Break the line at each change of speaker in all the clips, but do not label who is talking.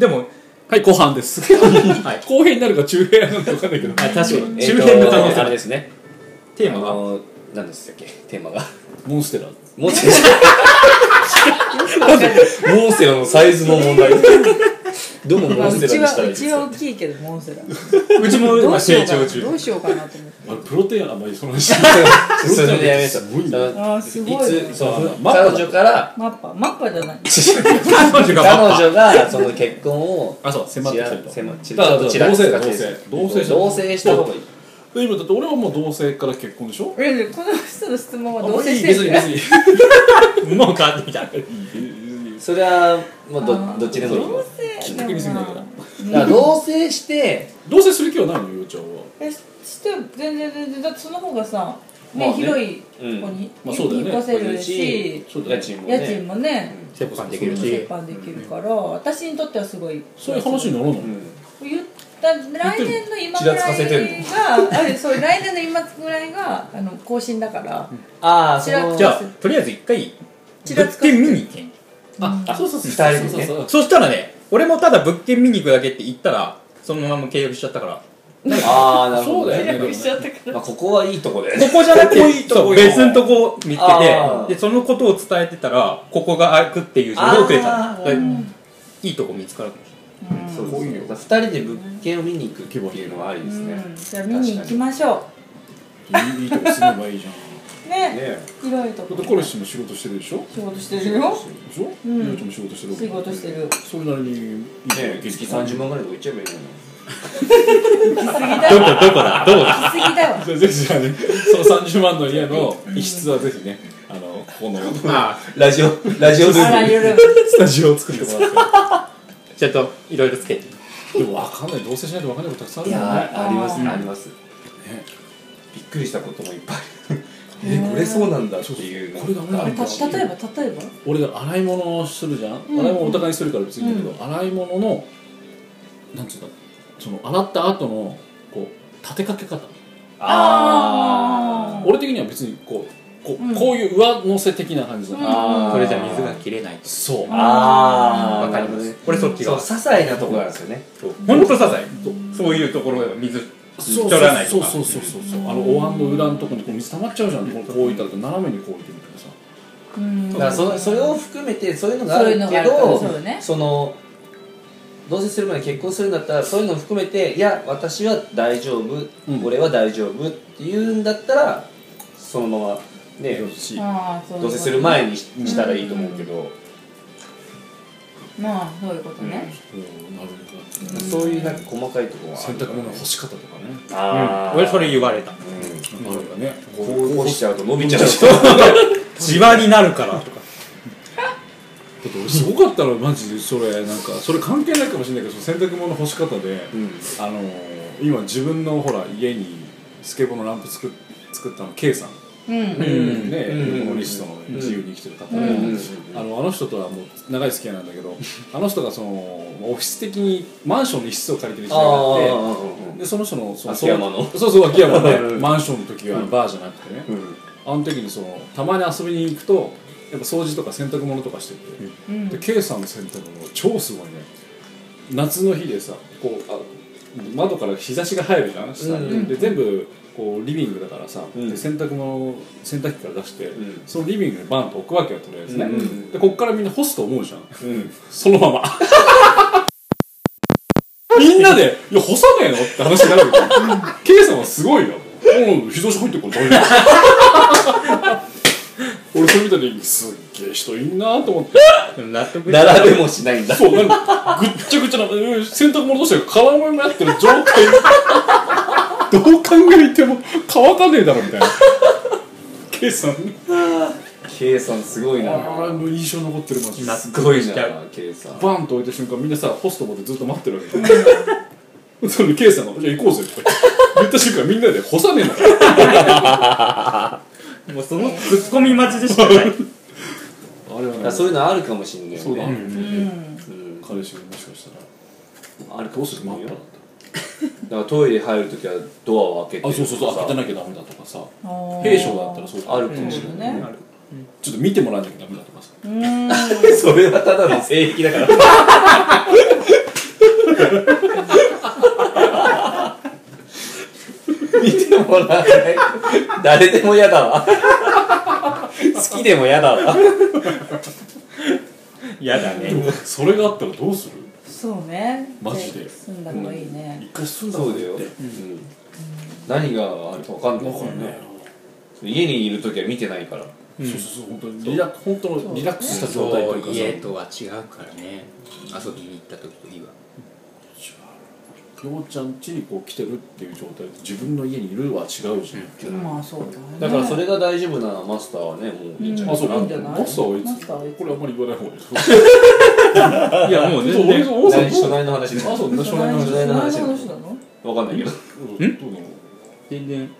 でも
はい、後半です。はい、 後編になるか中編になるか分かんないけど。
確かに
周辺の可能性
えーとあれですね
テ
あ
ーマが
の何でしたっけテーマが
モンステラ。
モンステラなんでモンステラのサイズの問題どの
ま
モ
あ
ン
う
ステ
ち
ラにしたら
はい
いうで
ち
す
は
か
大きいけどモンスラ
うちも
ど
今
うしよ
成
うかな
長中
どうしようかなと思って
あれプロテインはあんまりその話。
それでやめましょう
すごいね
あの
ああす
い
ごい
つそう
マッパ
彼
だ
女から
マッパマッパじゃない
彼
彼
女がマッパ
女がその結婚を
あ、そう、迫っ
ち
てき
ら
てると。
迫ち
だからら同
ち
性
ら
同性
かけて
同性
同棲した方がいい
で今だって俺はもう同性から結婚でしょ
えこの人の質問はどう
あ
せ
いい
して
別
る
に
んだ
別
よ
に。
もう変わってきた
それはもう
あ
ど
ー
どっちでもいい
どうせ
確認するんだから
だから同棲して
同棲する気はないのよ、ちゃんは。
えして全然全然だってその方がさ
まあ
ね
ね
広い子
うん
に
まあそうだよね
引っ越せるし
家
そうだね
賃も
家賃
ね
もね
セコさんでき
折
るし
半できるから私にとってはすごい
そういう話にならな
う
い。
ん
言った来年の今ぐら
ち
い
らつかせてん
があれそう来年の今ぐらいがあの更新だから
ああ
ち
そ
ら
の
じゃあとりあえず一回
ちら
物
つかせて
件見に行けん
あ、そうそうそう。
二人で
そ
ね
うそうそう
そしたらね俺もただ物件見に行くだけって言ったらそのまま契約しちゃったから
ああなるほど
そう
ね
だよね
しちゃったから
まあここはいいとこで
ここじゃなく
ここいい
て
とこ
そう
よ
別のとこ見つけ
あー
てでそのことを伝えてたらここが開くっていう情報をくれた
あ
の
ー
だから
うん
いいとこ見つかるかもし
そう
こういう
で
よ
すだから二人で物件を見に行くっていうのはありですね
うんじゃあ見に行きましょ
いいいいとこ住めばいいじゃん。
うね
ね
広いとこ
だって彼氏も仕事してるでしょ
仕事してるよ
でしょ
うん
ゆうちゃんも仕事してる
仕事してる
それなりにいいとこ
ね
行ける
月30万ぐらいで置いちゃえばいいのに
行き過ぎだ
れない
わ
どこどこだどこ
行
だ
き過ぎだわ
じゃあぜひじゃあね、その30万の家の一室はぜひね、あの、ここの
あ
ラジオラジオル
あら
ーム
ゆる
スタジオを作ってもらっ
ーちょっといろいろつけて
て。でもわかんない、同棲しないとわかんないことたくさんあ
い
るもんね。
やーあります
うん
ありますびっくりしたこともいっぱいえこれそうなんだっていう
そうそうこれダメなんだ
た例えば例えば
俺が洗い物をするじゃん、
ん
洗い物お互いにするから別にいいんだけど、洗い物の、なんつうんだ、その洗った後の、こう、立てかけ方。
あ
あ
ー
俺的には別にこう、こう,、
うん
こういう上乗せ的な感じだ、
うん
あー
これじゃ水が切れないと
そう。
あー
わかりま
なる
す
ほ
これそっ
どね
ち
そう
が
些細なところなんですよね
本当ささいそういうところが水
そう
取らない
そ
と
う
か
そうそうそうそうあのお椀の裏のとこにこう水溜まっちゃうじゃん、こうこう置いたら斜めにこう置いてみたいなさ
うん
だからそそれを含めてそういうのがあ
そうい
る
うのが
け
あるから
ど
そうね
その同棲する前に結婚するんだったらそういうのを含めていや私は大丈夫、
うん
俺は大丈夫っていうんだったらそのままね
あーそういう
同
こと
棲する前にししたらいいと思うけど、
まあそういうことね
うんなるほど
そういうなんか細かいところは
洗濯物の干し方とかね
ああ、
俺それ言われた
う
あるよね
ん、こう干しちゃうと伸びちゃうし
シワになるからとか
だって俺すごかったらマジでそれなんかそれ関係ないかもしれないけどその洗濯物の干し方で、
うん
あのー今自分のほら家にスケボーのランプ作っ作ったの K さん、
うん
ん
ね、
うん
モリストの自由に生きてる方
う
で、
ん
あのあの人とはもう長い付き合いなんだけどあの人がそのオフィス的にマンションの一室を借りてる時代があって
あ
でその人のその
秋山の
そうそう秋山のね
うん
マンションの時はバーじゃなくてね、
ーうん
あの時にそのたまに遊びに行くとやっぱ掃除とか洗濯物とかしてて、
うん
で K さんの洗濯物超すごいね夏の日でさこうあ窓から日差しが入るじゃん下に、
うん
で全部こうリビングだからさ、
うん
で洗濯物を洗濯機から出して、
ん
そのリビングにバンと置くわけよとりあえずね、
うんうん
でこっからみんな干すと思うじゃん
うん
そのままみんなで「いや干さねえの?」って話になるけど K さんはすごいようん日差し入ってるから大丈夫 俺それ見た時にすっげえ人いんなと思って
納得して
並べもしないん だ
そう、なんか、ぐっちゃぐちゃな、うん洗濯物として空もになってる状態。 どう考えても乾かねえだろみたいな。 ケイさん、
計算すごいな
あれも印象残ってるマジで。
すごいな計算
バンと置いた瞬間、みんなさ、ホストまでずっと待ってるわけよ。 そのケイさんが、じゃあ行こうぜとか言って言った瞬間、みんなで干さねえのかよ
もうそのツッコミ待ちでしか ない
あれは
あ
ね、
そういうのあるかもしんないよ
そ
ね
うだ、
うん
うん
彼氏がもしかしたら、
あるか
ど
も
う
し
す
れ
るマ
ない
ッ
よ
パだっ
だからトイレ入るときはドアを開けて
た。あ、そうそうそう、開けて
な
なきゃダメだとかさ、
あー
弊社だったらそう
ある
か
か
も
も
し
し
れ
れ
ない。
ない、
ね
ちょっと見て もらわなきゃダメだとかさ。
うーん
それはただの性癖だからもらわない 誰でも嫌だわ 好きでも嫌だわ
やだ
で
ね
も それがあったらどうする
そうね
マジで
住んだ方がいいね
一回住んだ
そうだよ、うん何があるか分かんないからね家にいる時は見てないから
そうそうそう本当にリラック本当のリラックスした状態と
そ
いうか
う
さ
家とは違うからね遊びに行った時といいわ
きょうちゃん家にこう来てるっていう状態で自分の家にいるは違うじゃん、
まあそうだね
だからそれが大丈夫なマスターはねもういいんじゃない
あそう
いい
なん
んじゃない
マスターはい
マス
つ
ターはいつ
これあんまり言わない方がいい
いやもう全
俺
然
王さんど
何初
う
代の話で
あそう
そ
同
れ
じ同じ
同じ話
同じなの
分かんない けど
うんどうなの
全然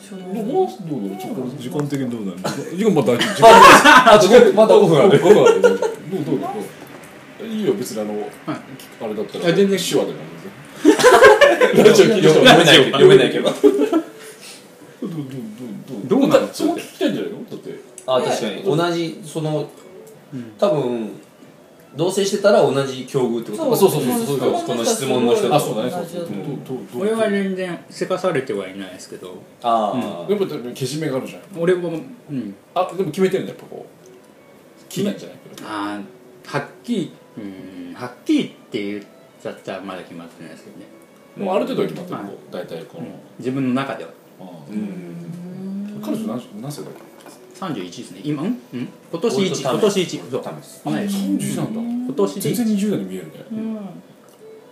初
ど
代
う
の
なのどうなのちょっと時間的にどうなの時間まあ大丈夫時間
あと5また5分ある
どうどうどうどうどういいよ別にあのあれだったら
あ全然
手話でも全然ラジオ聞いて
読
も
め
らう
ないけど読めないけど
どうどうど
ど
う
う
どう
なの
そこ聞きたいんじゃないのだって
あ確かに同じその多分同棲してたら同じ境遇ってことか
そうそうそうそう
そうこの質問の人と
あそうだねそう
同じだと思う
どうどうどう
俺は全然せかされてはいないですけど
あ
やっぱけじめがあるじゃん
俺はうん
あでも決めてるんだやっぱこう決めんじゃないけど
あーはっきりうんはっきりって言っちゃったらまだ決まってないですけどね
もうある程度は決まってる
はい
こう大体この
自分の中では
あうん
彼女何何歳だっ
31ですね今んん今年
俺と
1
タメ
今年1そう
ダメです
け
はい
30なんだ
今年で
全然20代に見えるね
うん
だ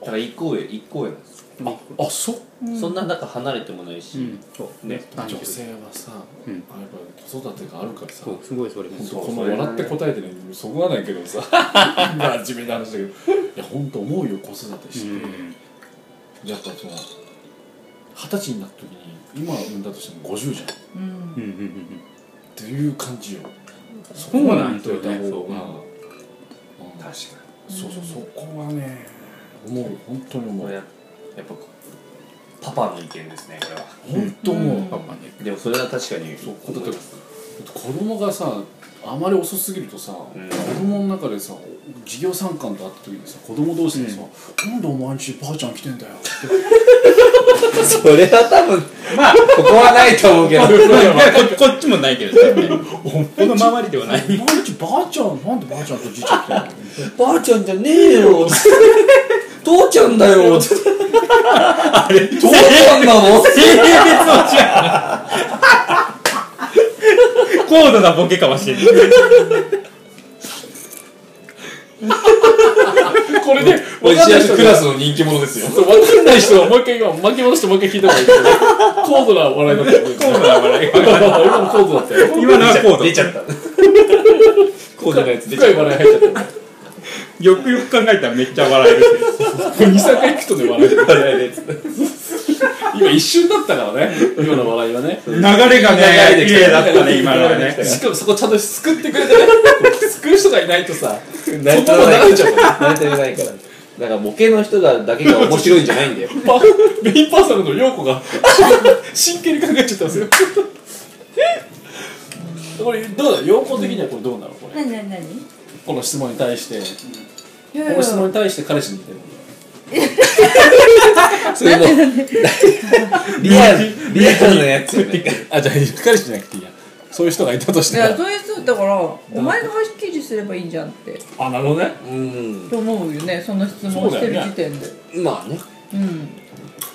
から1個上1個上なんです
あ
あそう
そんななんか離れてもないうし
んそう
ね
30
女性はさあ
うん
やっぱ子育てがあるからさ
そうすごいそれも
本当
そう
この笑って答えてねそこはないけどさまあ自分の話だけどいや本当思うよ子育て
う
して
ん
やっぱその二十歳になった時に今産んだとしても50じゃんっ
うん
うんうんうん
ていう感じよそ
そうなんですよ
こは
ね
見といた方
そう
がうん
確かに
そうそうそこはね思う本当に思
これ
う
やっぱパパの意見ですねこれは
本当もう、
うん
パパね
でもそれは確かに
そう
思い
だっ
ま
て
す
子供がさあまり遅すぎるとさ、
ん
子供の中でさ授業参観と会った時にさ子供同士でさ「なんでお前んちばあちゃん来てんだよ」 って
それは多分まあここはないと思うけど
こっちもないけどねこの周りではな
「
い
お前んちばあちゃんなんでばあちゃんとじいちゃん来てんだよ
ばあちゃんじゃねえ よ父ちゃんだよ父ちゃんな の
性別の違う 高度なボケかもしれない」
これで
お
分かん
じ
ない
や
人
クラスの人気者ですよ
そう分かんない人はもう一回今巻き戻してもう一回聞いた方がいいけど高度な笑いだったよね
高 度な笑いが
今の高度だったよ
今のは高度
出ちゃった高度のやつ出ち
深
ゃっ
い笑い入っちゃったよ
よくよく考えたらめっちゃ笑える
23回聞くとね笑い
た笑えるやつ
今一瞬だったからね今の笑いはね
流れが
流れ
ね
てき
綺
た
麗だったね今のはね
しかもそこちゃんと救ってくれてね救う人がいないとさ
慣れて
慣れち
ないからだからボケの人がだけが面白いんじゃないんだよ
パメインパーソナルの陽子が真剣に考えちゃったんですよこれどうだ陽子的にはこれどうなのこれ
何何何い
この質問に対して
や
こ
い
の
や
質問に対して彼氏に言ってるの
それのリアルリアルなやつよね
あじゃあ彼氏じゃなくていいやそういう人がいたとし
い
た
や
ら
とりあえずだからお前がはっきりすればいいじゃんって
あなるほどね
うん
と思うよねその質問してる時点で
まあね
うん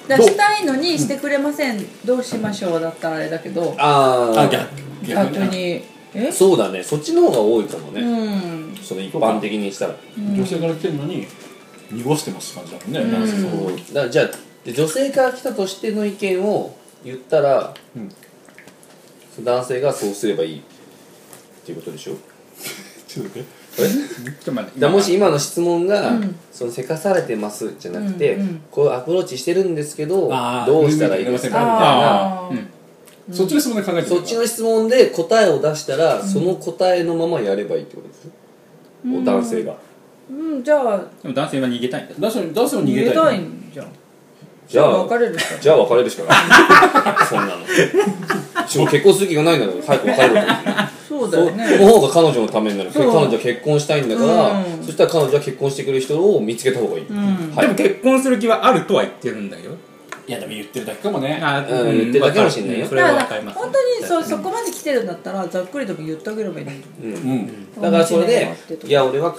だからしたいのにしてくれませんどうしましょうだったらあれだけど
あ
あ
あ
逆
逆
逆に
にえ
そうだねそっちの方が多いかも
う
ね、
ん
その一般的にしたら、
女性から来てるのに濁してますって感じだもんね、
うん
そう
そうだからじゃあで女性から来たとしての意見を言ったら、
うん
その男性がそうすればいいっていうことでしょ
ちょっと待って
だからもし今の質問が、
うん
そのせかされてますじゃなくて、
うんうん
こうアプローチしてるんですけど
あー
どうしたらいいですかみたいな
あ
あ
ー
ー
そっちの質問で考えて
そっちの質問で答えを出したら、その答えのままやればいいってことですね、お男性が
うんじゃあ
でも男性は逃げたいんだ
男性男性は逃
逃
げ
げ
た
た
い
いんじゃん
じゃあ
別れるか
じゃあ別れるしか ないそんなのしかも結婚する気がないんだから早く別れるってこと
そうだよ
そ
ね
の方が彼女のためになる
そう
彼女は結婚したいんだから、
うん
そしたら彼女は結婚してくれる人を見つけた方がいい、
うん
はい
でも結婚する気はあるとは言ってるんだよ
いやでも言ってるだけかもね
あ
うん言ってるだけかもしんないよ
わかるそれは
だ
わ
か
からります
本当にそう
確か
そこまで来てるんだったらざっくりでも言ってあげればいいのに
うん
うん、
だからそれで「いや俺は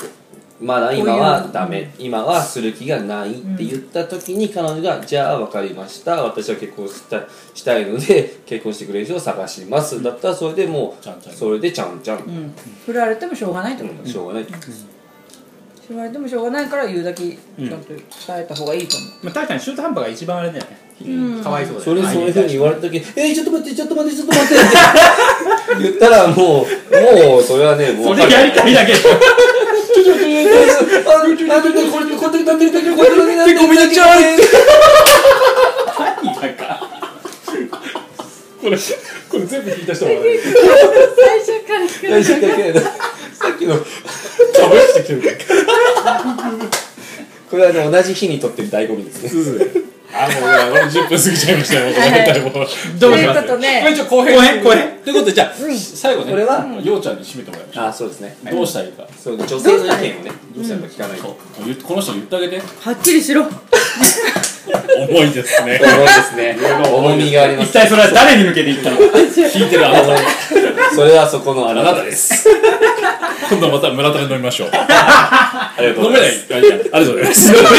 まだ今はダメ今はする気がない」って言った時に彼女が「じゃあ分かりました私は結婚したしたいので結婚してくれる人を探します」だったらそれでも
ちゃんちゃん
うそれでちゃんちゃん、
うん振られてもしょうがないってこと
うんしょうがない、
振られてもしょうがないから言うだけちゃんと伝えた方がいいと思う
まあ、確かに中途半端が一番あれだよね、
うん
かわいそうだ
そ
よね
れそういうふうに言われた時「えー、ちょっと待ってちょっと待ってちょっと待って」って言ったらもうもうそれはねもう
それやりたいだけでしょ
あなんでなんでこれこれなんでなんでこれなんでごめんなさい
何だか
これこれ全部聞いた人はね
最初から聞
大丈夫だけどさっきの
かぶしてきてるから
これはね同じ日に撮ってる醍醐味ですね
あもうや俺10分過ぎちゃいましたよ
はいはい
大体もうこ
どう
と
し
いう
ま
こと
す
れ
で
じゃあ後編
後編後編
ということでじゃあ、最後ね
これは
ようちゃんに締めてもらいましょ
あそうですね
うどうしたらいいか
そう女性の意見をね女性は聞かない
そ
と
う言ってこの人に言ってあげて
はっきりしろ
重いですね
重いですね重みがありま
一
す
体それは誰に向けて言ったのか
聞いてるあなた
それはそこのあなたです
す 今度また村田で飲みましょう
ありがとう
飲
ご
め
ざ
な
い
い
ます
あいやありがとうございます
すごいない